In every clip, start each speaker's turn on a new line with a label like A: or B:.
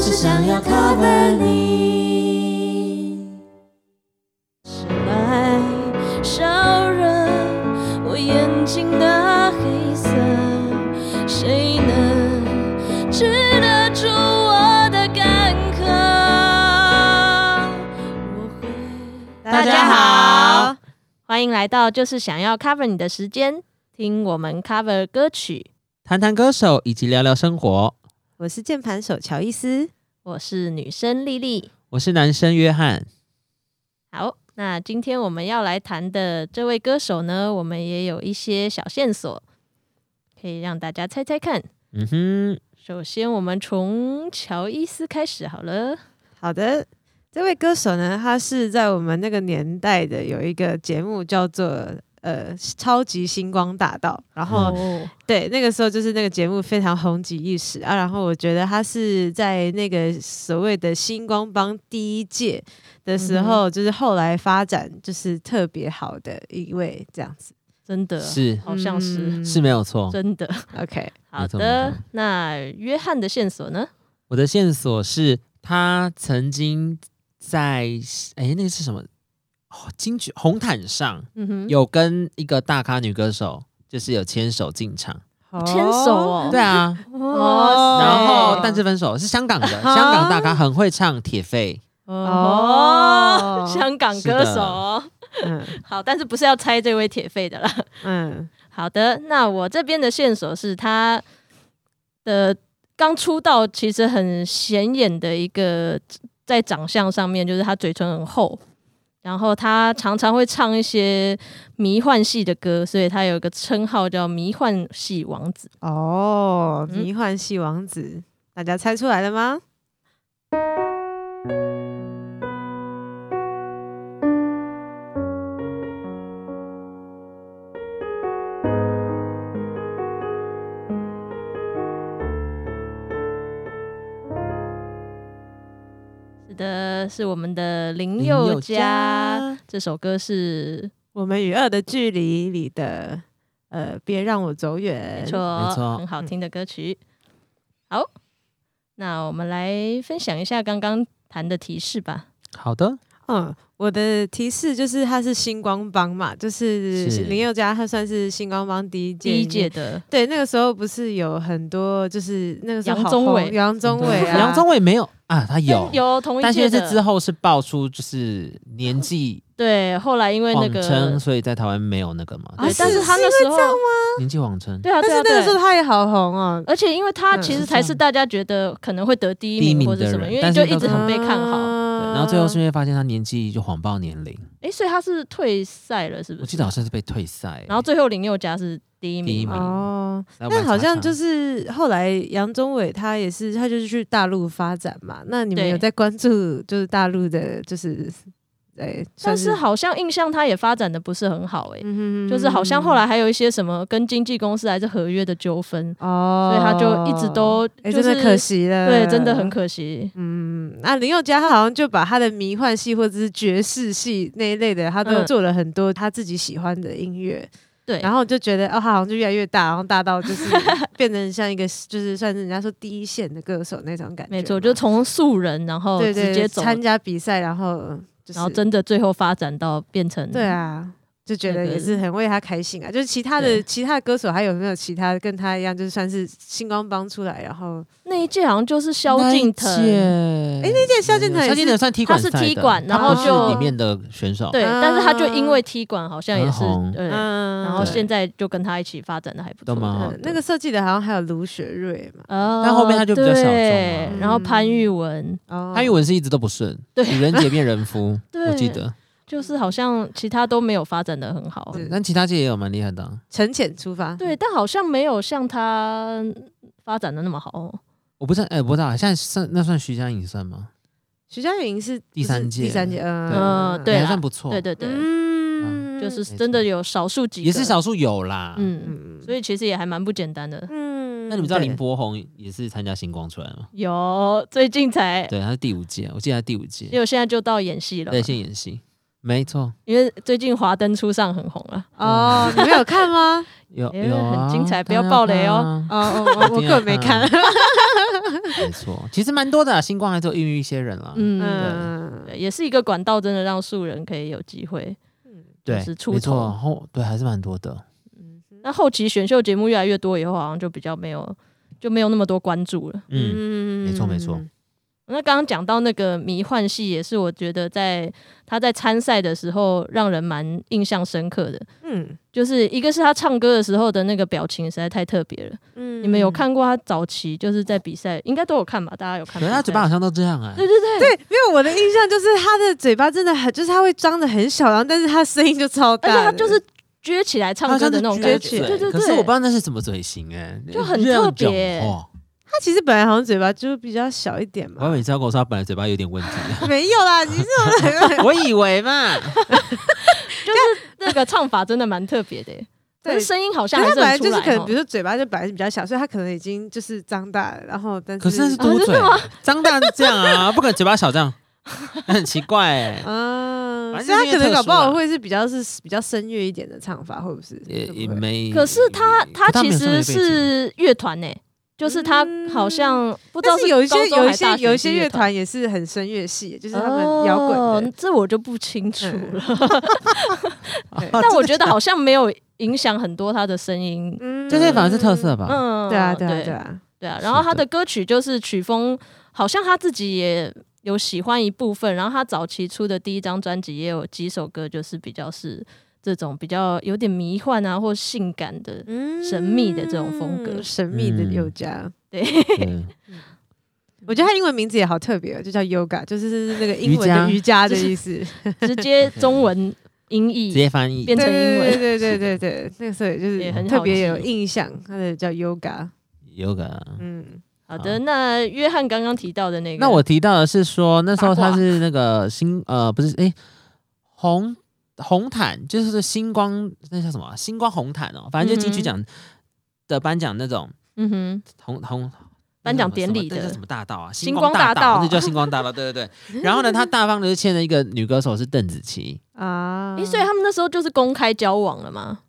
A: 只想要 cover 你。深爱烧热我眼睛的黑色，谁能治得住我的干渴？我会。
B: 大家好，
C: 欢迎来到就是想要 cover 你的时间，听我们 cover 歌曲。
B: 谈谈歌手以及聊聊生活。
D: 我是键盘手乔伊斯。
C: 我是女生丽丽。
B: 我是男生约翰，
C: 好，那今天我们要来谈的这位歌手呢，我们也有一些小线索，可以让大家猜猜看。
B: 嗯哼，
C: 首先，我们从乔伊斯开始好了。
D: 好的，这位歌手呢，他是在我们那个年代的有一个节目叫做。呃，超级星光大道，然后、
C: 哦，
D: 对那个时候就是那个节目非常红极一时啊，然后我觉得他是在那个所谓的星光帮第一届的时
C: 嗯
D: 候，就是后来发展就是特别好的一位这样子，
C: 真的
B: 是
C: 好像是、
D: 嗯
B: 是没有错。
C: 真的。
D: OK，
C: 好
B: 没
C: 的
B: 错，
C: 那约翰的线索呢？
B: 我的线索是他曾经在哎、那个是什么？哦，金曲红毯上
C: 嗯哼，
B: 有跟一个大咖女歌手，就是有牵手进场。
C: 牵手哦，
B: 对啊，
D: 哦
C: 哇塞，
B: 然后但是分手是香港的，香港大咖很会唱铁肺。
C: 哦，
D: 哦
C: 香港
B: 是
C: 歌
B: 的
C: 手哦，
D: 嗯
C: 好，但是不是要猜这位铁肺的啦？
D: 嗯，
C: 好的，那我这边的线索是他的刚出道，其实很显眼的一个在长相上面，就是他嘴唇很厚，然后他常常会唱一些迷幻系的歌，所以他有一个称号叫迷幻系王子。
D: 哦，
C: 嗯
D: 迷幻系王子，大家猜出来了吗？
C: 是的，是我们的林
B: 林
C: 宥
B: 宥
C: 嘉。
B: 嘉
C: 这首歌是
D: 我们与恶的距离里的呃，别让我走
C: 嗯
D: 远。
C: 没错，
B: 没错
C: 呃很好听的歌曲。好，那我们来分享一下刚刚谈的提示吧。
B: 好的，
D: 嗯，我的提示就是他是星光帮嘛，就是
B: 是
D: 林宥嘉，他算是星光帮第一届。
C: 第一届。的
D: 对，那个时候不是有很多，就是那个时候
C: 杨
D: 好
C: 宗
D: 红
C: 纬
D: 杨宗纬啊，
B: 杨宗纬没有啊，他有
C: 有同一
B: 但
C: 届
B: 是
C: 的
B: 这之后是爆出就是年纪
C: 对，后来因为那
B: 谎
C: 个
B: 称，所以在台湾没有那个嘛，
C: 对
D: 啊，
C: 但
D: 是
C: 他
D: 是
C: 那时候
B: 年纪谎称。
C: 对啊对
D: 但是
C: 啊
D: 那个时候
C: 对。
D: 他也好红哦。
C: 而且，因为他
D: 嗯
C: 其实
B: 是
C: 才
B: 这
C: 是
B: 样
C: 大家觉得可能会得第
B: 第
C: 一
B: 一
C: 名
B: 名
C: 或者
B: 的
C: 什么，
B: 人
C: 因为
B: 但是
C: 就
B: 那
C: 一直
B: 个
C: 很被看好。
B: 对
D: 嗯
B: 然后最后是因为发现他年纪就谎报年龄，
C: 诶，所以他是退赛了，是不
B: 我记
C: 是？
B: 得好像是被退赛。
C: 然后最后林宥嘉是第一
B: 第一
C: 名嘛
B: 名
D: 哦，
B: 来我们
D: 那
B: 来
D: 好
B: 查
D: 像
B: 查
D: 就是后来杨宗纬他也是，他就是去大陆发展嘛。那你们
C: 对
D: 有在关注就是大陆的，就是哎，
C: 但
D: 算
C: 是好像印象他也发展的不是很好诶。
D: 嗯哼
C: 就是好像后来还有一些什么跟经纪公司还是合约的纠纷，
D: 哦，
C: 所以他就一直都
D: 哎、
C: 就是
D: 真的可惜了，
C: 对，真的很。可惜。
D: 嗯，那林宥嘉他好像就把他的迷幻系或者是爵士系那一类的，他都
C: 嗯
D: 做了很多他自己喜欢的音乐，
C: 对，
D: 然后我就觉得哦，他好像就越来越大，然后大到就是 变成像一个就是算是人家说第一线的歌手那种感觉嘛，
C: 没错，就从素人然后
D: 对对
C: 哦直接走，
D: 参加比赛，然后就是
C: 然后真的最后发展到变成
D: 对啊，就觉得
C: 那个
D: 也是很为他开心啊。就是其他的
C: 对
D: 其他的歌手还有没有其他跟他一样，就是算是星光帮出来，然后
C: 那一届好像就是萧敬腾，
B: 哎，那届
D: 萧敬腾也
B: 萧敬
D: 是
B: 腾算踢馆
C: 他是
B: 赛的，
C: 踢馆
B: 他
C: 然后
B: 不是
D: 就
B: 里面的选手。
C: 对，
D: 啊
C: 但是他就因为踢馆好像也是
B: 哦很红
C: 对，
D: 嗯
C: 然后
B: 对哦
C: 现在就跟他一起发展的还不错
B: 都蛮好
C: 的。
D: 嗯那个设计的好像还有卢雪瑞嘛，
C: 哦
B: 但后面他就比较小众啊
C: 对
D: 嗯
C: 然后潘玉文
D: 哦，
B: 潘玉文是一直都不顺，
C: 对
B: 女人姐变人夫，
C: 对
B: 我记得。
C: 就是好像其他都没有发展的很好，
D: 是
B: 但其他届也有蛮厉害的啊，
D: 沉潜出发，
C: 对，但好像没有像他发展的那么好哦。
B: 我不知道，哎，不知道，现在算那算徐佳莹算吗？
D: 徐佳莹是
B: 第三届
D: 第三届，嗯
C: 嗯对
B: 还
C: 啦
B: 算不错，
C: 对对对，
D: 嗯，
C: 就是
B: 没
C: 真的
B: 错
C: 有少数几个，
B: 也是少数有啦。
C: 嗯，
D: 嗯，
C: 所以其实也还蛮不简单的。
D: 嗯
B: 那你们知道
D: 对
B: 林柏宏也是参加星光出来吗？
C: 有最近才，
B: 对，他是第五届，我记得他第五届，
C: 结果现在就到演戏了嘛，
B: 对，现演戏，啊没错，
C: 因为最近《华灯初上》很红啊。
D: 哦，
B: 嗯
D: 你们有看吗？
B: 有
C: 哎
B: 有啊
C: 很精彩
B: 当然
C: 不要爆雷哦
B: 要看啊
D: 哦，我我我根本没看，
B: 没错，其实蛮多的啊、星光还是有孕育一些人了。
C: 嗯，
D: 嗯，
C: 对也是一个管道，真的让素人可以有机会。
B: 对，
C: 是出
B: 没错，
C: 头
B: 后对还是蛮多的。
C: 那后期选秀节目越来越多以后，好像就比较没有就没有那么多关注了。
B: 嗯，
D: 嗯
B: 没错没错，
C: 那刚刚讲到那个迷幻系，也是我觉得在他在参赛的时候让人蛮印象深刻的，
D: 嗯
C: 就是一个是他唱歌的时候的那个表情实在太特别了。
D: 嗯
C: 你们有？看过他早期就是在比赛，应该都有看吧？大家有看
B: 可
C: 比
B: 是
C: 赛？
B: 他嘴巴好像都这样啊、
C: 对对对
D: 对，因为我的印象就是他的嘴巴真的很，就是他会张的很小，然后但是他声音就超大
C: 而
D: 的，
C: 且他就是撅起来
B: 他
C: 唱
B: 好
C: 歌
B: 像
C: 的
B: 是
C: 那种
B: 撅
C: 感
B: 嘴
C: 觉，对对对。
B: 可是我不知道那是什么嘴型哎、
C: 就很
B: 这样
C: 特别
B: 讲话
D: 他其实本来好像嘴巴就比较小一点
B: 我
D: 嘛，
B: 每次要跟我说他本来嘴巴有点问 题，
D: 没有啦，你是
B: 我以为嘛，
C: 那个唱法真的蛮特别的耶，可
D: 对
C: 是声音好像
D: 可
C: 还
D: 是他
C: 是
D: 本来
C: 很出
D: 就
C: 来
D: 是可能，
C: 哦
D: 比如说嘴巴就本来是比较小，所以他可能已经就是张大了，然后但是
B: 可是那是嘟
C: 啊真
B: 嘴
C: 的吗，
B: 张、大是这样啊，不可能嘴巴小这样，那 很奇怪哎、
D: 嗯，
B: 反正
D: 所以他
B: 就是因为
D: 可能搞不
B: 特殊
D: 好
B: 啊
D: 会是比较是比较声乐一点的唱法，会不是？
B: 也
D: 会不
B: 也
D: 会
B: 没。
C: 可是他他
B: 没
C: 其
B: 有声乐
C: 实
B: 背景
C: 是乐团呢，就是他好像不知道
D: 嗯但是有一些
C: 高中
D: 有一
C: 还大
D: 些
C: 学
D: 有一些
C: 是
D: 乐
C: 乐
D: 团也是很声乐系，就是他们
C: 哦，
D: 摇滚的，
C: 这我就不清楚
D: 嗯
C: 了。
B: 啊
D: 对
C: 但我觉得好像没有影响很多他的声音，
D: 嗯
B: 这些反而是特色吧？
C: 嗯，
D: 对啊，对
C: 对
D: 啊，对啊，
C: 对啊
B: 是
C: 然后他
B: 的
C: 的歌曲就是曲风，好像他自己也有喜欢一部分，然后他早期出的第一张专辑也有几首歌就是比较是这种比较有点迷幻啊或性感的，
D: 嗯
C: 神秘的这种风格
D: 神秘的
B: 嗯
D: 宥嘉。
C: 对，嗯
B: 对
D: 我觉得他英文名字也好特别哦，就叫 Yoga，就是是那个英文
B: 瑜伽
D: 的瑜伽的意思，
C: 直 接中文音译
B: 直接翻译
C: 变成英
D: 对
C: 文，
D: 对对对对对，那个时候也就
C: 也很
D: 是
C: 好
D: 特别
C: 记
D: 有印象，他的叫 Yoga，
B: yoga。
D: 嗯，
C: 好的，那约翰刚刚提到的那个，
B: 那我提到的是说，那时候
C: 八
B: 他
C: 卦
B: 是那个星呃，不是诶，红红毯，就是星光那叫什么啊星光红毯哦，反正就金曲
C: 嗯
B: 奖的颁奖那种
C: 嗯哼，
B: 红红。
C: 颁奖典礼的
B: 那叫什么那叫什么大道啊？
C: 星
B: 光
C: 光
B: 大
C: 大道
B: 那叫星光大道，对对对。然后呢，他大方的就签了一个女歌手是邓紫棋。
D: 啊
C: 诶、所以他们那时候就是公开交往了嘛？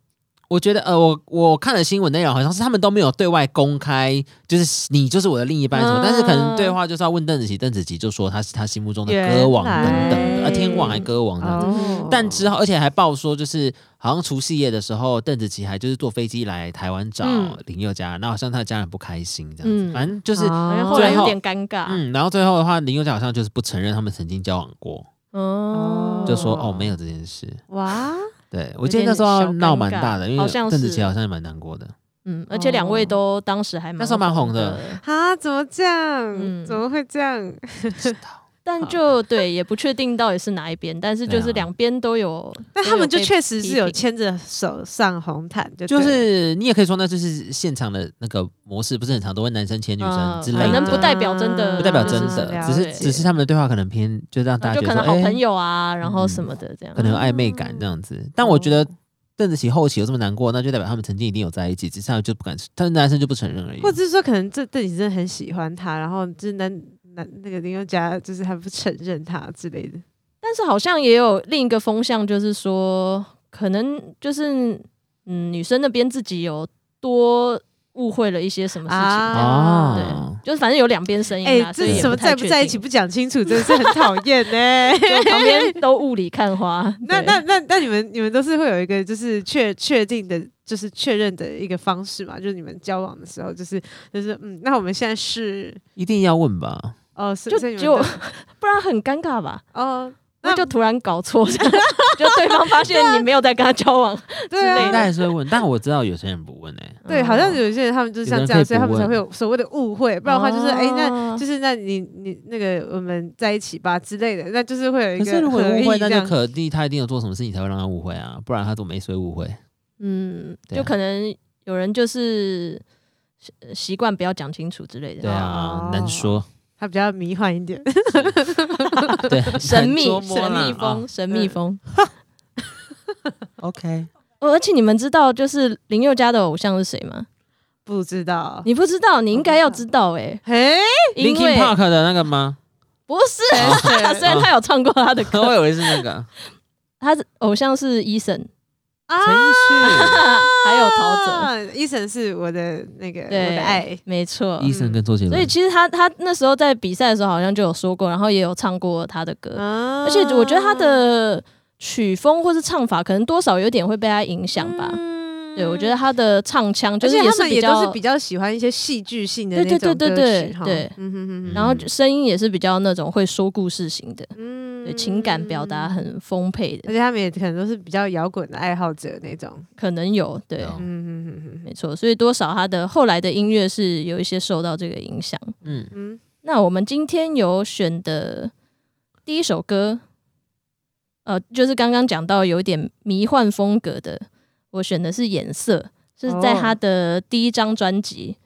B: 我觉得呃，我我看了新闻内容，好像是他们都没有对外公开，就是你就是我的另一半什么，
C: 嗯
B: 但是可能对话就是要问邓紫棋，邓紫棋就说她是她心目中的歌王
D: 原
B: 等
D: 来
B: 等的，啊天王还歌王呢。
D: 哦，
B: 但之后，而且还爆说，就是好像除夕夜的时候，邓紫棋还就是坐飞机来台湾找
C: 嗯
B: 林宥嘉，那、好像他的家人不开心这样子，
C: 嗯
B: 反正就是，
D: 哦
C: 好像后来
B: 最
C: 有
B: 后
C: 点尴尬，
B: 嗯，然后最后的话，林宥嘉好像就是不承认他们曾经交往过，
C: 哦，
B: 就说哦没有这件事。
D: 哇，
B: 对，我记得那时候闹蛮大的，因
C: 好
B: 为
C: 像
B: 邓
C: 是
B: 紫棋好像也蛮难 过的。
C: 嗯，而且两位都当时还蛮
B: 那时候蛮红的
C: 的，
D: 啊，怎么这样？
C: 嗯
D: 怎么会这样？
C: 但就对也不确定到底是哪一边，但是
B: 对
C: 就
B: 啊
C: 是两边都有，
D: 但他们就确实是有
C: 批评
D: 牵着手上红毯，就
B: 就
D: 对了
B: 是你也可以说，那就是现场的那个模式，不是很常都会男生牵女生
C: 嗯
B: 之
C: 可
B: 类
C: 能不
B: 的，
C: 代表真的，
B: 不代表真
C: 就是
B: 的，
D: 了
B: 只
D: 解
B: 是只是他们的对话可能偏，就让大家
C: 就
B: 觉
C: 可
B: 得
C: 能
B: 说，
C: 好
B: 哎
C: 朋，友嗯啊，然后
B: 嗯
C: 什么的这样
B: 可。能有暧昧感这样子。但我觉得邓紫棋后期有这么难过，那就代表他们曾经一定有在一起，只是他们就不敢，他们男生就不承认而已。
D: 或者是说，可能这邓紫棋真的很喜欢他，然后就是男男那个林宥嘉就是还不承认他之类的。
C: 但是好像也有另一个风向，就是说，可能就是嗯，女生那边自己有多误会了一些什么事情，
B: 哦，
C: 就是反正有两边声音
D: 啊哎、
C: 啊，所以
D: 这
C: 也
D: 什么
C: 太
D: 在不在一起
C: 确定？
D: 不讲清楚，真的是很讨厌呢。。
C: 就旁边都雾里看花
D: 那
C: 对
D: 那那那你们你们都是会有一个就是确确定的，就是确认的一个方式嘛？就是你们交往的时候，就是就是嗯，那我们现在是
B: 一定要问吧？
D: 哦，是
C: 就
D: 所以你们
C: 就
D: 都
C: 不然很尴尬吧？
D: 哦，那
C: 那就突然搞 错，这样就对方发现你没有在跟他交往，
D: 对
C: 之类
B: 应
D: 啊
C: 的，
B: 该还是会问，但我知道有些人不问哎。
D: 对，
C: 嗯
D: 好像有些人他们就是像这
B: 有人
D: 样，
B: 可以
D: 所以他
B: 不
D: 们
B: 问
D: 才会有所谓的误会， 不然的话就是
C: 哦
D: 哎、
B: 嗯
D: 那就是那你你那个我们在一起吧之类的，那就是会有一
B: 可
D: 个
B: 是如果有
D: 合意
B: 误会，那
D: 这
B: 就
D: 样
B: 可定他一定有做什么事情才会让他误会啊，不然他都没谁误会。
C: 嗯，
B: 对啊
C: 就可能有人就是习习惯不要讲清楚之类
B: 对
C: 的，
B: 啊
D: 哦，
B: 难说，
D: 他比较迷幻一 点，
B: 对，
C: 神秘
B: 难捉摸
C: 神
B: 啦
C: 秘风，
B: 啊
C: 神秘风。
B: OK，
C: 哦而且你们知道，就是林宥嘉的偶像是谁吗？
D: 不知道。
C: 你不知道，你应该要知道哎，
D: 嘿，
C: 因
B: Linkin
C: 为
B: Park 的那个 吗？
C: 不是，啊 虽然他有唱过他的歌，
B: 我以为是那个
C: 他的偶像是 Eason，
B: 陈奕
C: 还有陶喆，
D: 啊，伊森是我的那个我
C: 对，
D: 的爱，
C: 没错
B: 迅，。医生跟周杰伦，
C: 所以其实他他那时候在比赛的时候好像就有说过，然后也有唱过他的歌，
D: 啊
C: 而且我觉得他的曲风或是唱法可能多少有点会被他影响吧。
D: 嗯
C: 对，我觉得他的唱腔就
D: 而
C: 是
D: 且他
C: 是
D: 们也
C: 比
D: 都
C: 较，
D: 是比较喜欢一些戏剧性的
C: 对
D: 那
C: 对
D: 种歌
C: 对
D: 曲，
C: 对
D: 哈
C: 对
D: 嗯哼哼哼
C: 然后声音也是比较那种会说故事型的，
D: 嗯
C: 对，情感表达，很丰沛
D: 而
C: 的，
D: 且他们也可能都是比较摇滚的爱好者那种，
C: 可能有对。
B: 懂
D: 嗯哼哼哼哼
C: 没错，所以多少他的后来的音乐是有一些受到这个影响。
B: 嗯，
D: 嗯，
C: 那我们今天有选的第一首歌，呃，就是刚刚讲到有一点迷幻风格的，我选的是《颜色》，是在
D: 哦嗯
C: 他的第一张专辑。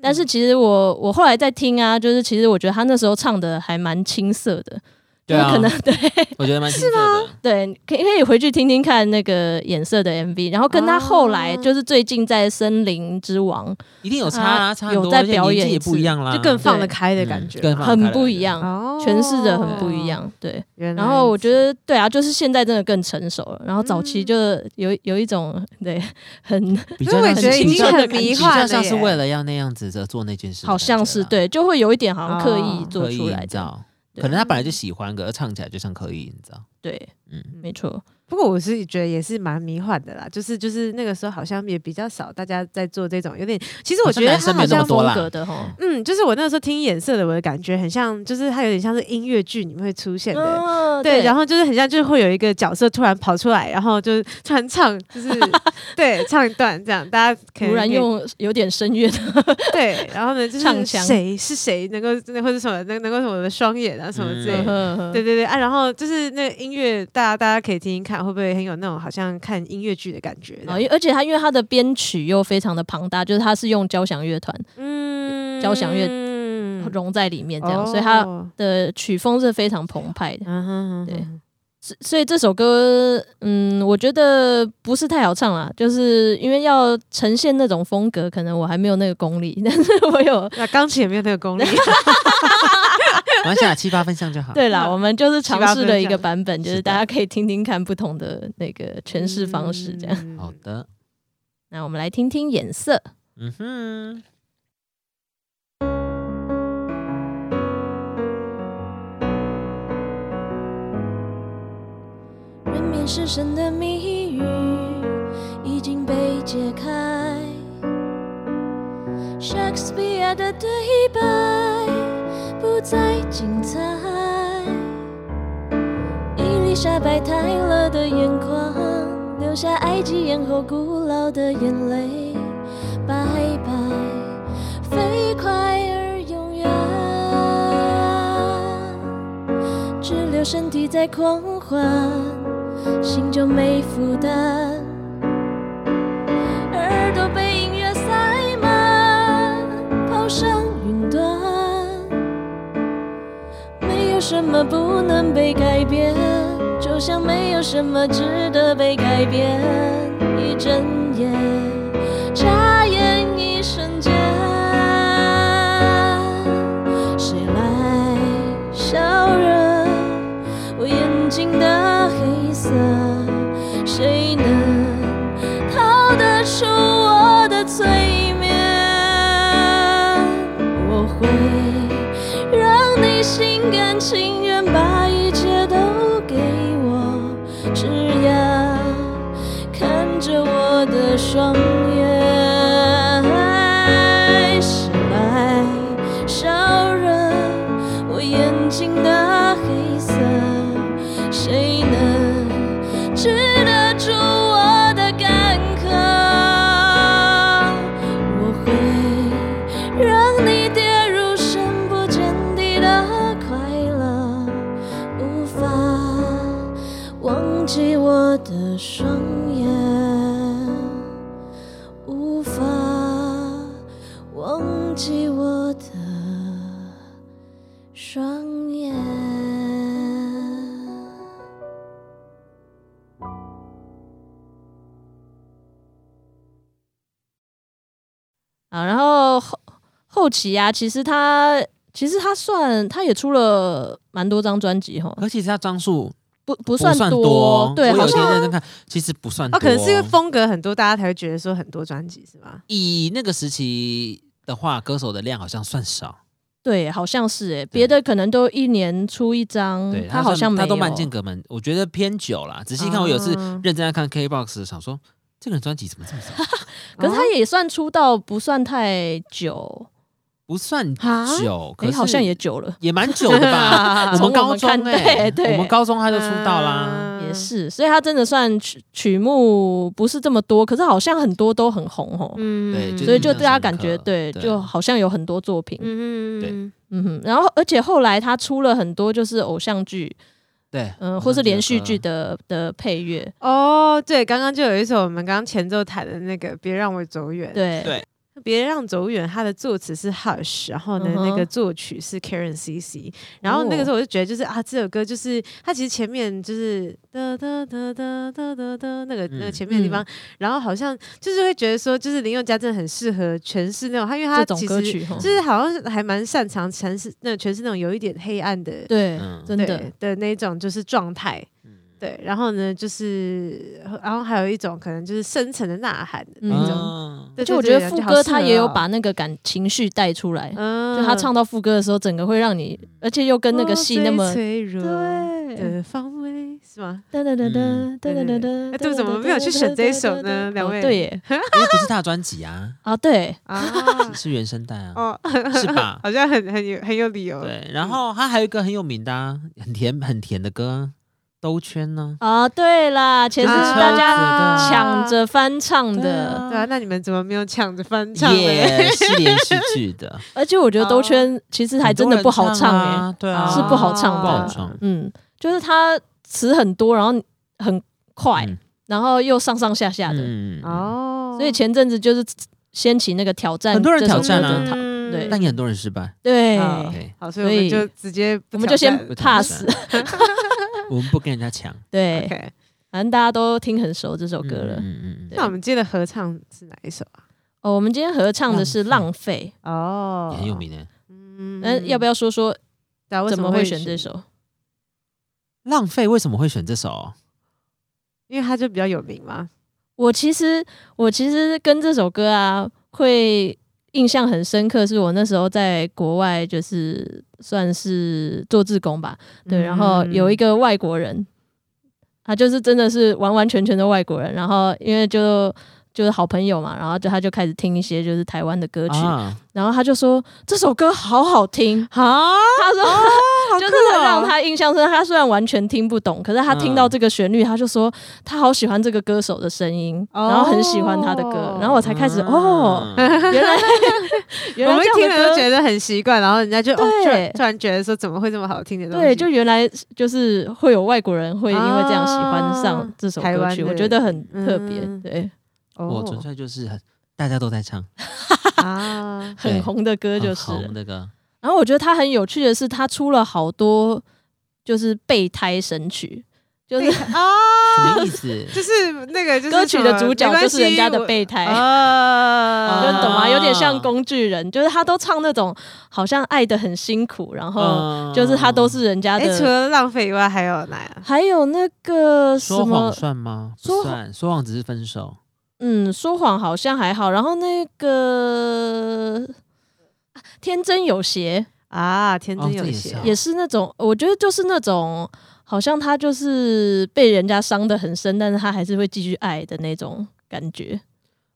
C: 但是其实我我后来在听啊，就是其实我觉得他那时候唱的还蛮青涩的，
B: 对
C: 就
B: 啊，
C: 是可能 对
B: 我觉得蛮青涩的，
C: 对，可以可以回去听听看那个《颜色》的 MV，然后跟他后来
D: 哦
C: 就是最近在《森林之王》
B: 一定有差啊，
C: 啊
B: 差很多，
C: 有在
B: 而且
C: 表
B: 年纪
C: 演
B: 也
C: 一
B: 不一
C: 次
B: 样啦，
D: 就更放得
C: 对
D: 开的
B: 嗯
D: 感觉
B: 更放
D: 嘛，
B: 开
C: 很
B: 了
C: 不
B: 感
C: 一
B: 觉
C: 样，
D: 哦
C: 诠释的很不一。样。对，
D: 原来
C: 然后我觉得对啊，就是现在真的更成熟了。然后早期
D: 嗯
C: 就有有一种对 很
B: 比
D: 因
B: 较
D: 为
B: 像
D: 我觉
B: 是
D: 得已
B: 比
D: 经
B: 较
D: 很
B: 的感
D: 迷
B: 觉
D: 幻
B: 比较
D: 了
B: 像是
D: 耶
B: 为了要那样子在做那件事的感觉啦，
C: 好像是对，就会有一点好像刻意
D: 哦
C: 做
B: 刻意
C: 出来
B: 营
C: 的。
B: 造，
C: 对
B: 可能他本来就喜欢，可是唱起来就像刻意营造，
C: 对，
B: 嗯，
C: 没错，
D: 不过我是觉得也是蛮迷幻的啦，就是就是那个时候好像也比较少大家在做这种有点，其实我
B: 好像
D: 觉得
B: 男
D: 他
B: 生没
D: 好
B: 有那么
D: 像
B: 多
C: 风
B: 啦
C: 格的哈。
D: 嗯，就是我那个时候听颜色的，我的感觉很像，就是它有点像是音乐剧里面会出现的。
C: 嗯，
D: 对，然
C: 后
D: 后就是很像，就是会有一个角色突然跑出来，然后就是突然唱，就是 对唱一段这样，大家可能
C: 突然
D: 可以
C: 用有点声乐的，
D: 对，然后呢就是
C: 唱腔
D: 谁是谁能够真的或者什么能能够什么的双眼啊什么 之类
C: 嗯
D: 的，对对对啊，然后就是那个音乐，大家大家可以听听看，会不会很有那种好像看音乐剧的感觉？
C: 然后而且哦他因为他的编曲又非常的庞大，就是他是用交响乐团
D: 嗯
C: 交响乐
D: 嗯
C: 融在里面这样，所以他
D: 哦
C: 的曲风是非常澎湃的。
D: 嗯哼
C: 对所所以这首歌，嗯，我觉得不是太好唱啦，就是因为要呈现那种风格，可能我还没有那个功力，但是我有。
D: 那钢琴也没有那个功力，
B: 玩下来七八分像就 好。
C: 对啦，
D: 嗯
C: 我们就是尝试了一个版本，
B: 七八分这样
C: 就是大家可以听听看不同的那个 诠释方式，这样。
D: 嗯
B: 好的，
C: 那我们来听听颜色。
B: 嗯哼。
A: 人面狮身的谜语已经被解开。Shakespeare 的对白不再精彩，伊丽莎白泰勒的眼眶流下埃及艳后古老的眼泪，拜拜，飞快而永远。只留身体在狂欢，心就没负担。耳朵被音乐塞满，抛上云端。没有什么不能被改变，就像没有什么值得被改变。一睁眼，眨眼一瞬间。谁来烧热我眼睛的黑色？谁能逃得出我的催眠？我会让你心甘情愿把一切都给我，只要看着我的双眼，谁来烧热我眼睛的黑色？谁能治得住我的干渴？我会让你跌入深不见底的快乐，无法忘记我的双眼，无法忘记我的双眼。
C: 啊，然后后后期啊，其实他其实他算他也出了蛮多张专辑哈，
B: 而且他张数
C: 不不
B: 不
C: 算
B: 算
C: 对，
B: 我
C: 好
B: 有天
C: 像
B: 认真看，其实不算
D: 哦，
B: 多。
D: 可能是因为风格很多，大家才会觉得说很多专辑是吗？
B: 以那个时期的话，歌手的量好像算少，
C: 对，好像是哎，别的可能都一年出一张
B: 对，，
C: 嗯好像没有，
B: 他都慢间隔门，我觉得偏久啦。仔细看，我有次
D: 啊
B: 认真在看 K-box，想说这个人专辑怎么 这么少，
C: 可是他
D: 哦
C: 也算出道不算太久，
B: 不算
C: 啊
B: 久，
C: 哎，
B: 可是
C: 好像也久了，
B: 也蛮久的吧。我
C: 从我
B: 们高
C: 们
B: 中
C: 看对
B: 哎，
C: 对啊
B: 我们高中他就出道啦。
D: 嗯
C: 也是，所以他真的算曲曲目不是这么多，可是好像很多都很红哦，
D: 嗯
B: 对就
C: 所以
B: 印
C: 就
B: 象
C: 大家
B: 深
C: 感觉
B: 刻
C: 对，
B: 对
C: 就好像有很多作品，
D: 嗯
B: 对
D: 嗯
C: 嗯哼，然后而且后来他出了很多就是偶像剧，
B: 对，
C: 嗯、
B: 我
C: 或
B: 上
C: 是
B: 次有
C: 连续
B: 歌
C: 剧的的配乐，
D: 哦，对，刚刚就有一首我们刚刚前奏弹的那个《别让我走远》，
C: 对
B: 对
D: 《别让走远》，它的作词是 Hush，然后呢
C: 嗯哼哦
D: 那个作曲是 Karen CC，然后那个时候我就觉得就是啊，这首歌就是它其实前面就是哒哒哒哒哒哒哒那个那个
B: 嗯
D: 前面的地方，然后好像就是会觉得说，就是林宥嘉真的很适合诠释那种他，因为他
C: 这种
D: 其
C: 歌
D: 实
C: 曲哈，
D: 就是好像还蛮擅长诠释那诠释那种有一点黑暗的
C: 对，
B: 嗯
C: 真
D: 对
C: 的，
D: 的那种就是状态。对，然后呢，就是，然后还有一种可能就是深层的呐喊的那种。
B: 嗯，
D: 对
C: 就我
D: 对
C: 觉
D: 对
C: 得副
D: 好
C: 歌
D: 适
C: 他
D: 合
C: 也有
D: 哦
C: 把那个感情绪带出来，
D: 嗯哦
C: 就他唱到副歌的时候，整个会让你，而且又跟那个戏那么。
D: 脆弱
C: 对，
D: 的方位是吗？
C: 噔噔噔噔
B: 嗯
C: 噔噔
D: 对
C: 噔
D: 对
C: 噔，
D: 哎对怎么没有去选这一首
C: 噔噔噔噔
D: 呢
C: 噔
D: 两位
C: 哦对耶，
B: 因为不是他的专辑 啊，
C: 啊对，
D: 啊，
B: 是原声带啊，
D: 哦，
B: 是 吧？
D: 好像很很有很有理由。
B: 对，然后他还有一个很有名的、啊，很甜很甜的歌、啊，《兜圈》呢，
C: 啊对啦，前
B: 也
C: 是
B: 是车
C: 大家
D: 啊
B: 子的
C: 抢着翻唱的，
D: 对啊，那你们怎么没有抢着翻唱呢？
B: 也是连续剧 的，
C: 而且我觉得
D: 啊
C: 兜圈其实还真的不好
B: 很多人唱
C: 哎，
B: 啊，对
D: 哦
B: 啊，
C: 是不好唱的
B: 不好唱，
C: 嗯，就是它词很多，然后很快，
B: 嗯
C: 然后又上上下下的，
B: 嗯，嗯
D: 哦，
C: 所以前阵子就是掀起那个挑战，
B: 很多人挑战啊
C: 这首歌的
D: 嗯
C: 对
B: 但也很多人失败，
C: 对，
D: 啊
B: 对，
D: 好，所以我们
C: 所
D: 就
C: 以
D: 直接不
C: 我们
D: 挑
C: 就先
D: 战
B: 不挑
C: pass，
B: 我们不跟人 家抢
C: 对，
D: OK。
C: 反正大家都听很熟这首歌
B: 嗯
C: 了。
B: 嗯嗯嗯
D: 那我们接的合唱是哪一首啊？
C: 哦，我们今天合唱的是《浪费
D: 哦，
B: 也很有。名的，
D: 嗯》，
C: 那要不要说说
D: 对啊为
C: 怎
D: 什
C: 么
D: 会
C: 选这？首？
B: 浪费为什么会选这首？
D: 因为它就比较有名嘛。
C: 我其实我其实跟这首歌啊会印象很深刻，是我那时候在国外就是算是做志工吧，对，然后有一
D: 个
C: 个外国人，他就是真的是完完全全的外国人，然后因为就。就是好朋友嘛，然后就他就开始听一些就是台湾的歌曲，
B: 啊，
C: 然后他就说这首歌好好听，
D: 啊，
C: 他说、
D: 好
C: 就是
D: 酷
C: 很
D: 哦
C: 让他印象深刻。他虽然完全听不懂，可是他听到
B: 嗯
C: 这个旋律，他就说他好喜欢这个歌手的声音，
D: 哦
C: 然后很喜欢他的歌，然后我才开始、
B: 啊
C: 哦，
B: 嗯，
C: 原来 原
D: 我
C: 来
D: 们
C: 这
D: 听
C: 样的
D: 了
C: 歌
D: 就觉得很习惯，然后人家就哦，
C: 对
D: 突然突然觉得说怎么会这么好听的东西？
C: 对，就原来就是会有外国人会因为这样喜欢上这首
D: 台
C: 歌
D: 湾
C: 曲，
D: 的
C: 我觉得很特别，
D: 嗯
C: 对，
B: 我纯粹就是很大家都在唱，
D: 啊，
B: 对
C: 很红的歌就
B: 很
C: 是。
B: 红的歌，
C: 然后我觉得他很有趣的是，他出了好多就是备胎神曲， 就是
D: 啊，
B: 什么 意思？
D: 就是那个就是
C: 歌曲的主角就是人家的
D: 备
C: 备 胎。
D: 啊，
C: 就懂吗？
B: 啊
C: 有点像工具人，就是他都唱那种好像爱的很辛苦，然
B: 嗯
C: 后哦就是他都是人家
D: 哎，
C: 的。
D: 除了浪费以外还有哪样？
C: 还有那个什
B: 说谎
C: 么，
B: 算吗？
C: 说
B: 不算，说谎只是分手。
C: 嗯，说谎好像还好。然后那个啊天真有邪
D: 啊，天真
B: 哦
D: 有
B: 这也
D: 邪
B: 是啊
C: 也是那种，我觉得就是那种，好像他就是被人家伤得很深，但是他还是会继续爱的那种感觉。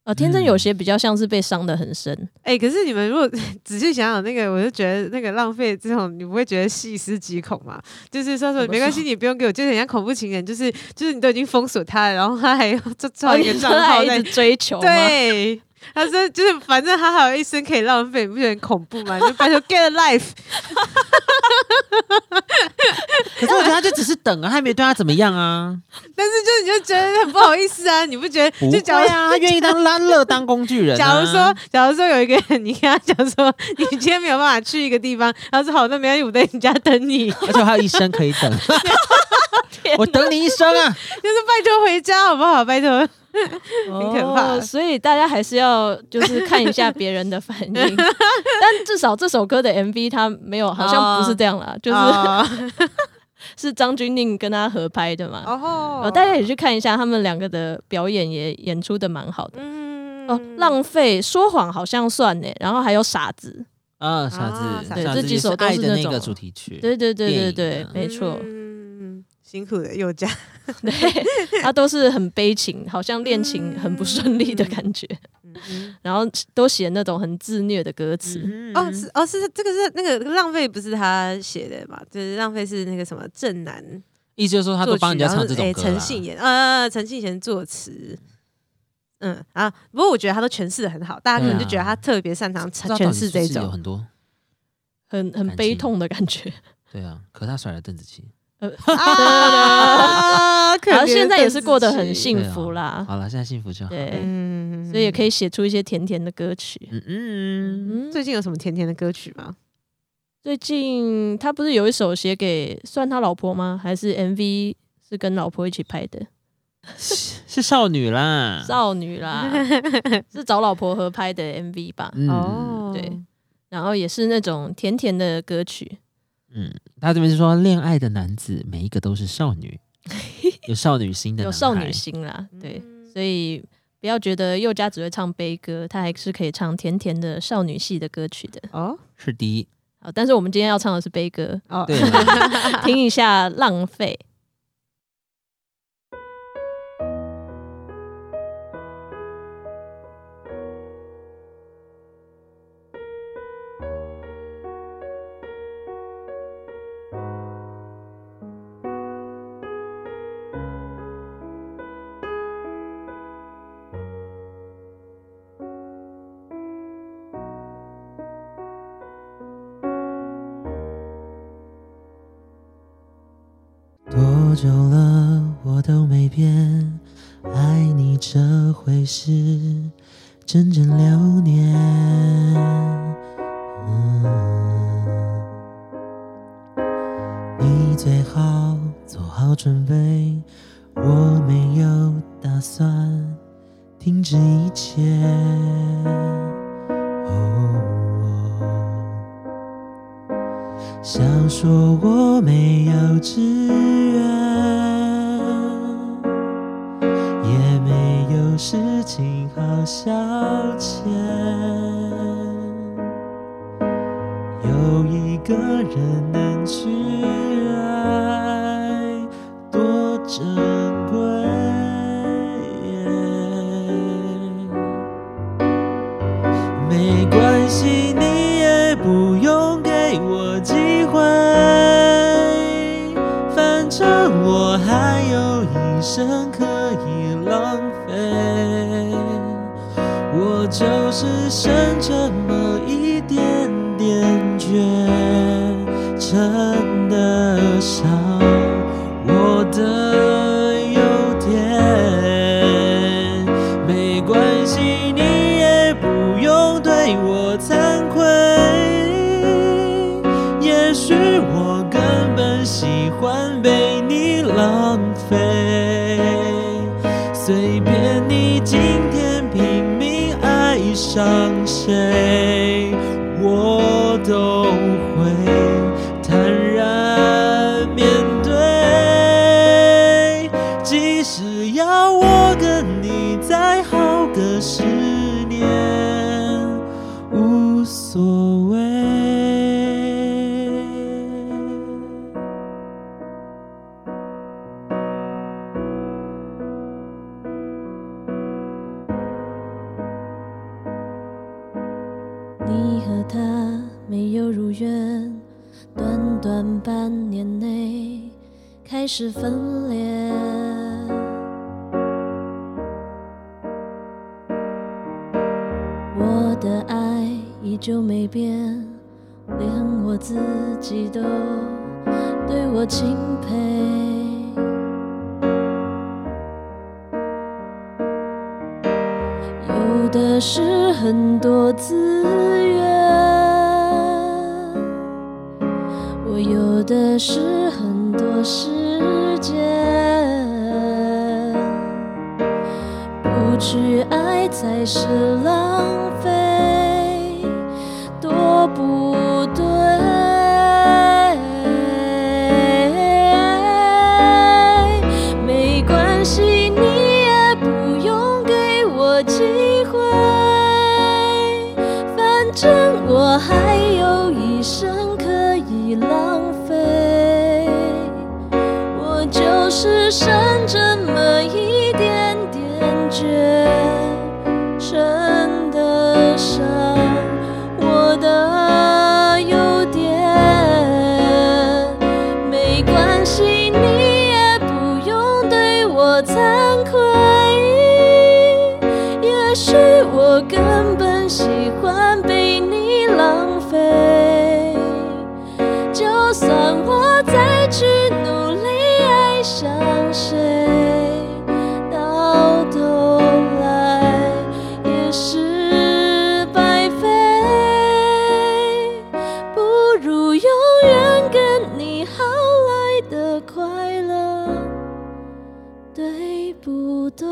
C: 呃，天真有
B: 嗯
C: 邪比较像是被伤得很深，
D: 哎、可是你们如果 仔细想想那个，我就觉得那个浪费这种，你不会觉得细思极恐吗？就是说
C: 怎
D: 说
C: 么
D: 没关
C: 说
D: 系，你不用给我，就是很像恐怖情人，就是就是你都已经封锁他了，然后他还要就造一个
C: 哦你
D: 账
C: 说 他还
D: 号
C: 一
D: 在
C: 直追求吗？
D: 对。他说：“就是，反正他还有一生可以浪费，你不觉得很恐怖吗？ 你就拜托 get a life，
B: 可是我觉得他就只是等啊，他也没对他怎么样啊。
D: 但是就你就觉得很不好意思啊，你不觉得？
B: 不
D: 就
B: 会
D: 假如
B: 啊，他愿意当拉乐当工具人、啊。
D: 假如说，假如说有一个人，你跟他讲说，你今天没有办法去一个地方，他说好，那没关系，我在你家等你，
B: 而且我还有一生可以等， 我等你一生啊！
D: 就是拜托回家好不好？拜托。
C: 很
D: 可怕
C: 哦所以大家还是要就是看一下别人的反 应，
B: 啊
C: 但至少这首歌的 MV 它没有，好像不是这样啦，就是、
D: 哦
C: 是张钧甯跟他合拍的嘛。
D: 哦
C: 哦，大家也去看一下他们两个的表演，也演出的蛮好的。
D: 嗯
C: 哦，浪费、说谎好像算呢，然后还有傻子，
B: 啊，傻子，
D: 傻
C: 子
B: 傻
C: 对
B: 子
C: 这几
B: 也
C: 首都
B: 爱
C: 是
B: 的
C: 那
B: 那个
C: 种
B: 主题曲，
C: 对对对对
B: 电
C: 对
B: 影啊，
C: 没错，
D: 嗯辛苦的佑嘉，
C: 对，他都是很悲情，好像恋情很不顺利的感觉，
D: 嗯
C: 然后都写那种很自虐的歌词，
B: 嗯
D: 哦是哦是这个是那个浪费不是他写的嘛？就是浪费是那个什么正南
B: 意思就是说他
D: 作
B: 都
D: 曲
B: 帮人家
D: 然后
B: 唱这种
D: 诶
B: 歌啊
D: 陈
B: 啦
C: 哎
D: 信妍，呃，陈信妍作词。嗯啊，不过我觉得他都诠释的很好，大家可能就觉得他特别擅长
B: 不知道到
D: 诠
B: 底
D: 释
B: 是不
D: 这
B: 是有
D: 种。
B: 很多，
C: 很很悲痛的感觉。
B: 对啊，可他甩了邓紫棋，
C: 呃，
D: 啊，可
C: 然后
D: 怜
C: 现在
D: 邓
C: 也是
D: 紫
C: 过得
D: 棋
C: 很幸福
B: 对啊
C: 啦，
B: 好了，现在幸福就好，
C: 对，
D: 嗯，
C: 所以也可以写出一些甜甜的歌曲。
B: 嗯嗯，
C: 嗯，
D: 最近有什么甜甜的歌曲吗？
C: 最近他不是有一首写给算他老婆吗？还是 MV 是跟老婆一起拍的？
B: 是少女啦，
C: 少女啦，是找老婆合拍的 MV 吧？
B: 嗯，
D: 哦，
C: 对，然后也是那种甜甜的歌曲，
B: 嗯，他这边是说恋爱的男子每一个都是 少女，有少女心的
C: 有
B: 男
C: 少
B: 孩
C: 女心啦，对，所以不要觉得佑嘉只会唱悲歌，她还是可以唱甜甜的少女系的歌曲的。
D: 哦
B: 是第一，
C: 好，但是我们今天要唱的是悲歌，
D: 哦，
B: 对啊啦
C: 听一下《浪费》。
B: 多久了我都没变，爱你这回事整整六年。嗯你最好做好准备，我没有打算停止一切。哦想说我没有志愿，也没有事情好消遣。有一个人能去爱，多珍贵。没关系，你也不用给我机会，反正我还有一生可以浪费。我就是剩这么一点点倔，撑得上我的优点。没关系，你也不用对我惭愧。也许我根本喜欢被你浪费，随便你今天拼命爱上谁，我都会坦然面对。即使要我跟你再耗个十年，无所谓。
A: 你和他没有如愿，短短半年内开始分裂。我的爱依旧没变，连我自己都对我钦佩。有的是很多资源，我有的是很多时间，不去爱才是浪费，多不对。证我还有一生可以浪费，我就是剩这么一点点倔，称得上我的优点。没关系，你也不用对我惭愧。也许我根本喜欢被你浪费，就算我再去努力爱上谁，到头来也是白费。不如永远跟你好来的快乐，对不对？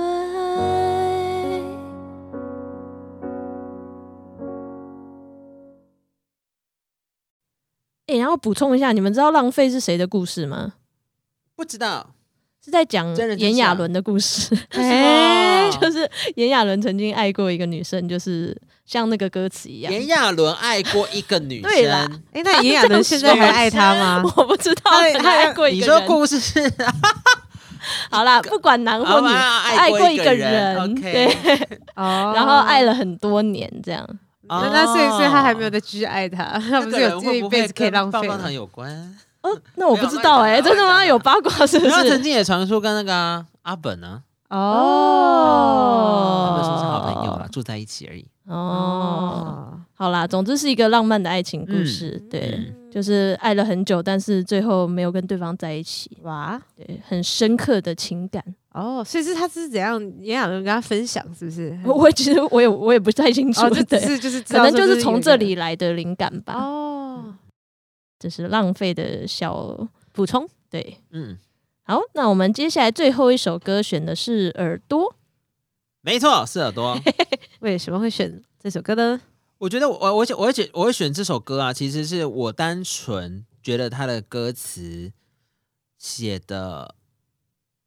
C: 哎、然后补充一下，你们知道《浪费》是谁的故事吗？
B: 不知道，
C: 是在讲
B: 真人真事啊
C: 炎亚纶的故 事。
B: 哎
C: 就是炎亚纶曾经爱过一个女生，就是像那个歌词一样。
B: 炎亚纶爱过一个女
C: 对啦
B: 生，
D: 哎、那炎亚纶现在还爱他 吗？
C: 我不知道，可能爱过一
B: 你
C: 个
B: 说
C: 人。
B: 故事 是
C: 好啦，不管男或女，
B: 啊
C: 爱过一个人，
B: ，OK，
C: 对，
D: 哦
C: 然后爱了很多年，这样。
B: 哦
D: 那那所以所以他还没有再继续爱他，他不是有这一辈子可以浪费
B: 棒棒
D: 吗
B: 糖？有 关？
C: 哦，那我不知道
B: 没有
C: 哎，
B: 乱讲啊
C: 真的吗？
B: 乱讲啊
C: 有八卦是不
B: 然后曾
C: 是？
B: 经也传出跟那个啊阿本啊，他
D: 哦
B: 们说是好朋友啦，住在一起而已。
C: 哦，，好啦，总之是一个浪漫的爱情故事，对，
B: 嗯
C: 就是爱了很久，但是最后没有跟对方在一起，
D: 哇，
C: 对，很深刻的情感。
D: 哦，所以是他是怎样？炎亚纶跟他分享是不是？ 哦
C: 我我其实我也我也不太清楚
D: 哦，，就只
C: 对，
D: 是就是知
C: 可
D: 道
C: 能
D: 说
C: 就是
D: 有
C: 从
D: 一
C: 这
D: 个
C: 里来的灵感吧，
D: 哦，
C: 就是浪费的小
D: 补充
C: 对。
B: 嗯，
C: 好，那我们接下来最后一首歌选的是《耳朵》，
B: 没错，是耳朵。
D: 为什么会选这首歌呢？
B: 我觉得我我我选我会选我会选这首歌啊，其实是我单纯觉得他的歌词写的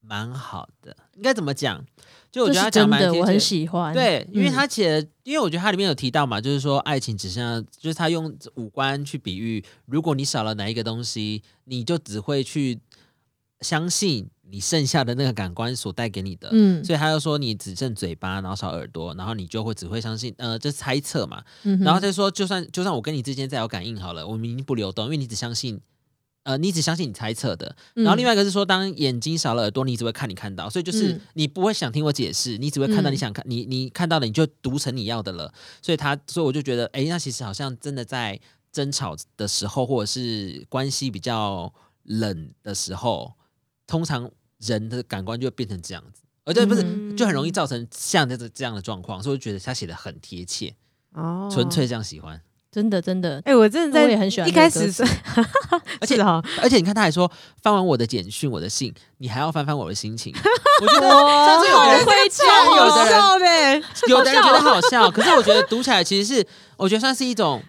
B: 蛮好的，应该怎么讲？就我
C: 这
B: 觉
C: 是
B: 得他讲
C: 真
B: 蛮
C: 的，
B: 贴
C: 我
B: 切
C: 很喜欢。
B: 对，因为
C: 嗯
B: 他写，因为我觉得他里面有提到嘛，就是说爱情只剩下，就是他用五官去比喻，如果你少了哪一个东西，你就只会去相信你剩下的那个感官所带给你的。
C: 嗯
B: 所以他就说你只剩嘴巴，然后少耳朵，然后你就会只会相信，呃，这是猜测嘛。
C: 嗯哼
B: 然后再说，就算就算我跟你之间再有感应好了，我们已经不流动，因为你只相信，呃，你只相信你猜测的。
C: 嗯
B: 然后另外一个是说，当眼睛少了耳朵，你只会看你看到，所以就是
C: 嗯
B: 你不会想听我解释，你只会看到
C: 嗯
B: 你想看，你你看到了你就读成你要的了。所以他，所以我就觉得，哎，那其实好像真的在争吵的时候，或者是关系比较冷的时候，通常人的感官就会变成这样子，而且不是、
C: 嗯
B: 就很容易造成像这这样的状况，所以我就觉得他写的很贴切，
D: 哦，
B: 纯
C: 嗯
B: 粹这样喜欢。
C: 真的真的，
D: 哎、我真的在
C: 我也很喜欢
D: 一开
C: 这个
D: 始
C: 歌
D: 是，
B: 而且
D: 是哦哈，
B: 而且你看，他还说翻完我的简讯、我的信，你还要翻翻我的心情。 我觉得像是有的人
C: 会
B: 超
C: 哦
B: 有的人
D: 笑呗，
B: 有的人觉得好笑，可是我觉得读起来其实是，我觉得算是一种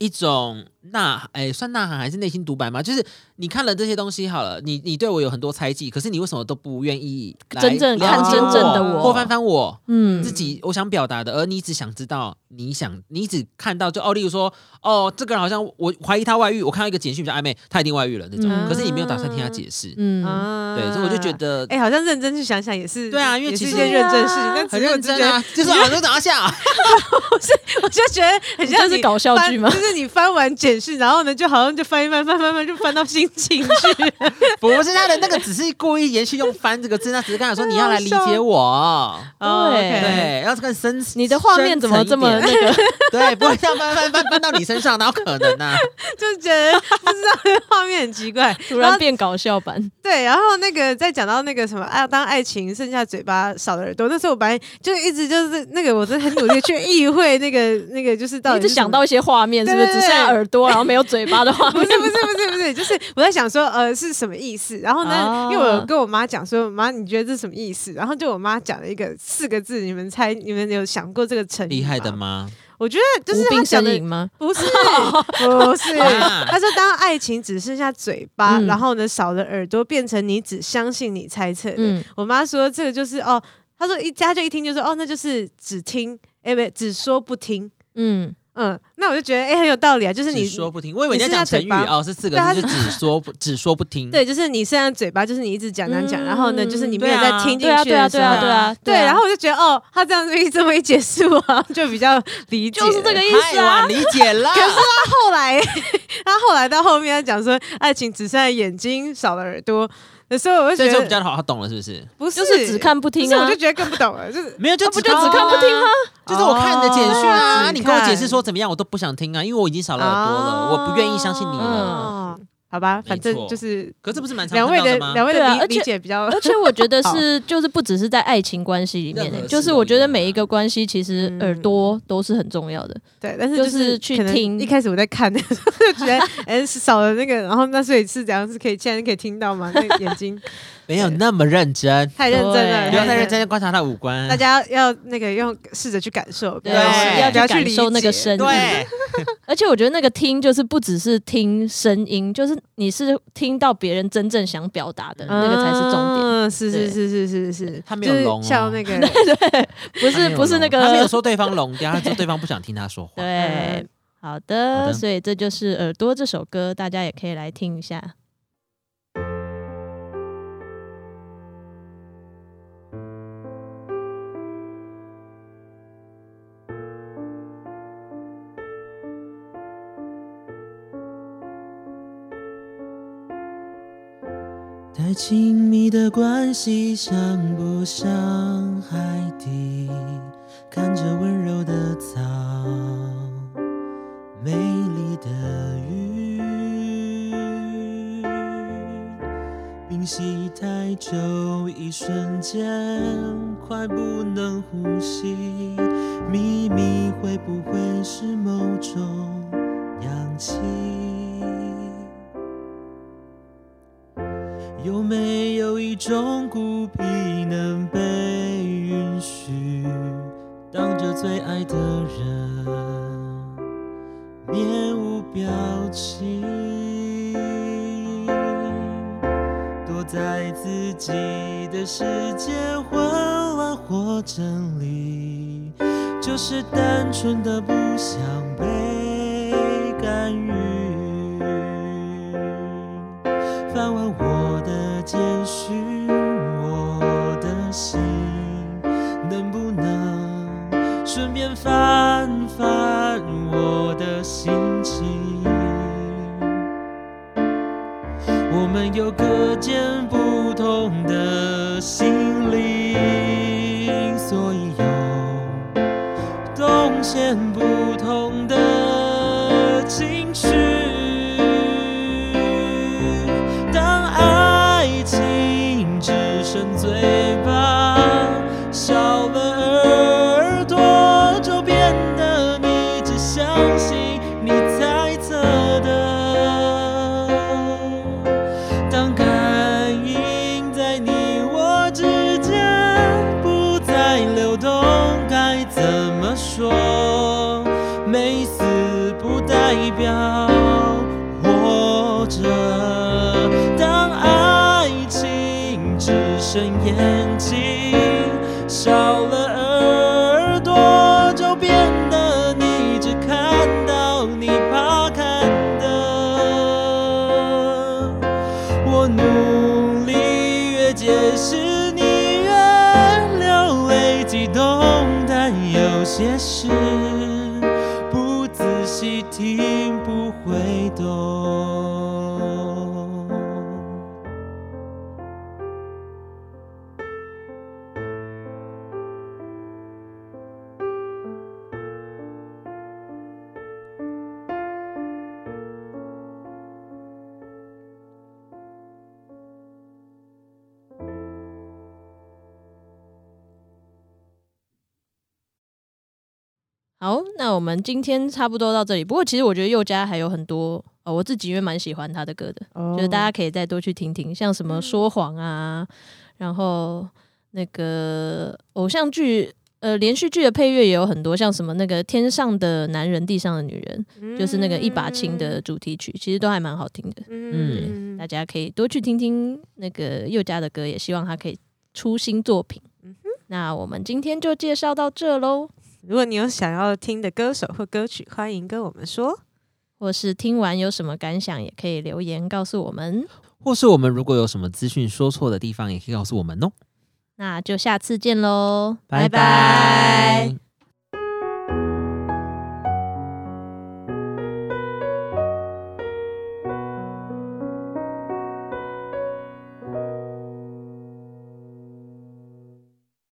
B: 一种呐，哎、算呐喊还是内心独白吗？就是你看了这些东西好了，你你对我有很多猜忌，可是你为什么都不愿意来
C: 真正
B: 了
C: 看
B: 解
C: 真正的
B: 我，
C: 我
B: 或翻翻我？
C: 嗯
B: 自己我想表达的，而你只想知道，你想你只看到就哦，例如说哦，这个人好像我怀疑他外遇，我看到一个简讯比较暧昧，他一定外遇了那种，
C: 嗯
B: 可是你没有打算听他解释，
C: 嗯，
D: 啊
B: 对，所以我就觉，得
D: 哎、好像认真去想想也是，
B: 对啊因为
D: 也是
B: 其
D: 一
B: 实
D: 件认真的事情，
C: 对啊
D: 但
B: 很
D: 只是我
B: 认
D: 就
B: 真
D: 觉得
B: 啊，就是耳朵拿下，
D: 我就觉得 很
C: 你这
D: 像
C: 是
D: 你
C: 搞笑剧吗
D: 翻就是你翻完简讯，然后呢，就好像就翻一翻，翻翻翻，就翻到心 情去。
B: 不是他的那个，只是故意延续用“翻”这个字，他只是刚才说你要来理解我，
D: 哦，OK
B: 对，要更深，
C: 你的画面怎么这么
B: 深层一
C: 那个？
B: 点对，不会像翻翻翻翻到你身上，哪有可能呢、啊？
D: 就觉得不知道那画面很奇怪。
C: 突然变搞笑版？
D: 对，然后那个再讲到那个什么，啊，当爱情剩下嘴巴少了耳朵，那时候我本来就一直就是那个，我真的很努力地去意会那个那个，就是 到
C: 你
D: 底
C: 一直
D: 是什么
C: 想到一些画面，是不是
D: 对
C: 只
D: 对对
C: 剩下耳朵，然后没有嘴巴的画
D: 不
C: 面
D: 是？不是不是不是， 就是我在想说，呃，是什么意思？然后呢，
C: 哦
D: 因为我有跟我妈讲说，妈，你觉得这是什么意思？然后就我妈讲了一个四个字，你们猜，你们有想过这个成语
B: 厉害的？吗？
D: 我觉得就是
C: 无
D: 她
C: 病
D: 讲
C: 呻
D: 的
C: 吟吗？
D: 不是不是，
B: 啊
D: 他说当爱情只剩下嘴巴，
C: 嗯
D: 然后呢少了耳朵，变成你只相信你猜测的。
C: 嗯
D: 我妈说这个就是哦，她说一家就一听就说哦，那就是只听，哎、不只说不听。
C: 嗯，
D: 嗯，那我就觉得哎、诶很有道理啊，就是你
E: 只说不听，我以为
D: 你
E: 你在
D: 是要
E: 讲成
D: 嘴
E: 语
D: 巴
E: 哦，是四个
D: 对啊
E: 字，就只说不只说不听。
D: 对，就是你身上嘴巴就是你一直讲讲讲，
C: 嗯
D: 然后呢，就是你没有
E: 对
D: 在
E: 啊
D: 听进
C: 对啊，
D: 去
C: 对啊，
D: 的时
C: 对
D: 候。
C: 啊，对啊，
D: 对，
C: 啊
D: 然后我就觉得哦，他这样子一这么一解释我， 就比较理解。
C: 就是这个意
E: 太
C: 思啊
E: 晚。理解了。
D: 后来， 他后来到后面他讲说，爱情只剩下眼睛，少了耳朵的时候，我就
E: 所以
D: 觉
E: 说
D: 得
E: 比较好，他懂了是不是？
D: 不
C: 就是只看不
D: 不
C: 听
D: 是
C: 啊
D: 我就，觉得更不懂了，就是
E: 没有，就
C: 那不就只
E: 啊
C: 看不听吗？
E: 就是我看你的简讯
D: 哦
E: 啊，你跟我解
D: 只看
E: 释说怎么样，我都不想听啊，因为我已经少了耳朵了，我不愿意相信
C: 嗯
E: 你了。
D: 哦，好吧，反正就是
E: 可是这不是蛮常
D: 两
E: 看
D: 位
E: 到
D: 的
E: 吗？
D: 两位
C: 对啊
D: 的
C: 而
D: 理
C: 且
D: 理解比较
C: 而且我觉得
D: 好
C: 是，就是不只是在爱情关系里面
E: 任何
C: 欸，
E: 事
C: 就是
E: 都
C: 我
E: 一
C: 觉得
E: 样啊
C: 每一个关系，其实
D: 嗯
C: 耳朵都是很重要的。
D: 对，但是
C: 就是是去
D: 可能
C: 听
D: 一开始我在看的时候就 觉得，哎、是少了那个，然后那所以是怎样是可以现在可以听到 吗？那个眼睛
E: 没有那么认真，
D: 太认真了，
C: 对
E: 不要太认
D: 了。
E: 真观察他的五官。
D: 大家要那个用试着去感受，不
C: 对，
D: 要
E: 对
D: 不要
C: 要去
D: 去
C: 感
D: 理
C: 受那个
D: 解
C: 声音。
E: 对，
C: 而且我觉得那个听就是不只是听声音，就是你是听到别人真正想表达的、那个才是重点，
D: 嗯，是是
C: 对
D: 是是是是，
E: 他没有聋
D: 就
E: 哦
D: 是像 那个
C: 不
E: 他没
C: 是
E: 有
C: 不是那
E: 聋他没有
C: 个
E: 说对方聋掉，他说对方不想听他说话。
C: 对。好
E: 好
C: 的，
E: 的
C: 所以这就是《耳朵》这首歌，大家也可以来听一下。
E: 太亲密的关系像不像海底，看着温柔的草，美丽的鱼，屏息太久，一瞬间快不能呼吸，秘密会不会是某种氧气？有没有一种孤僻能被允许，当着最爱的人面无表情，躲在自己的世界混乱或整理，就是单纯的不想被干预。翻完我的简讯，我的心，能不能顺便翻翻我的心情？我们有各见不同的心灵，所以有动线不同的情绪。当爱情只剩嘴巴，少了耳朵，就变得你只相信你猜测的。当感应在你我之间不再流动，该怎么说？没死不代表活着。当爱情只剩眼睛，少了耳朵，就变得你只看到你怕看的。我努力越解释，你越流泪激动，但有些事不仔细听不会懂。
C: 好，那我们今天差不多到这里。不过其实我觉得佑嘉还有很多，呃，我自己因为蛮喜欢他的歌的，
D: 哦嗯
C: 就是大家可以再多去听听，像什么说谎啊，然后那个偶像剧。呃，连续剧的配乐也有很多，像什么那个《天上的男人，地上的女人》，
D: 嗯
C: 就是那个一把青的，主题曲，其实都还蛮好听的。
D: 嗯
C: 大家可以多去听听那个佑嘉的歌，
D: 嗯
C: 也希望他可以出新作品。那我们今天就介绍到这喽，
D: 如果你有想要听的歌手或歌曲，欢迎跟我们说。
C: 或是听完有什么感想，也可以留言告诉我们。
B: 或是我们如果有什么资讯说错的地方，也可以告诉我们哦。
C: 那就下次见喽，
B: 拜拜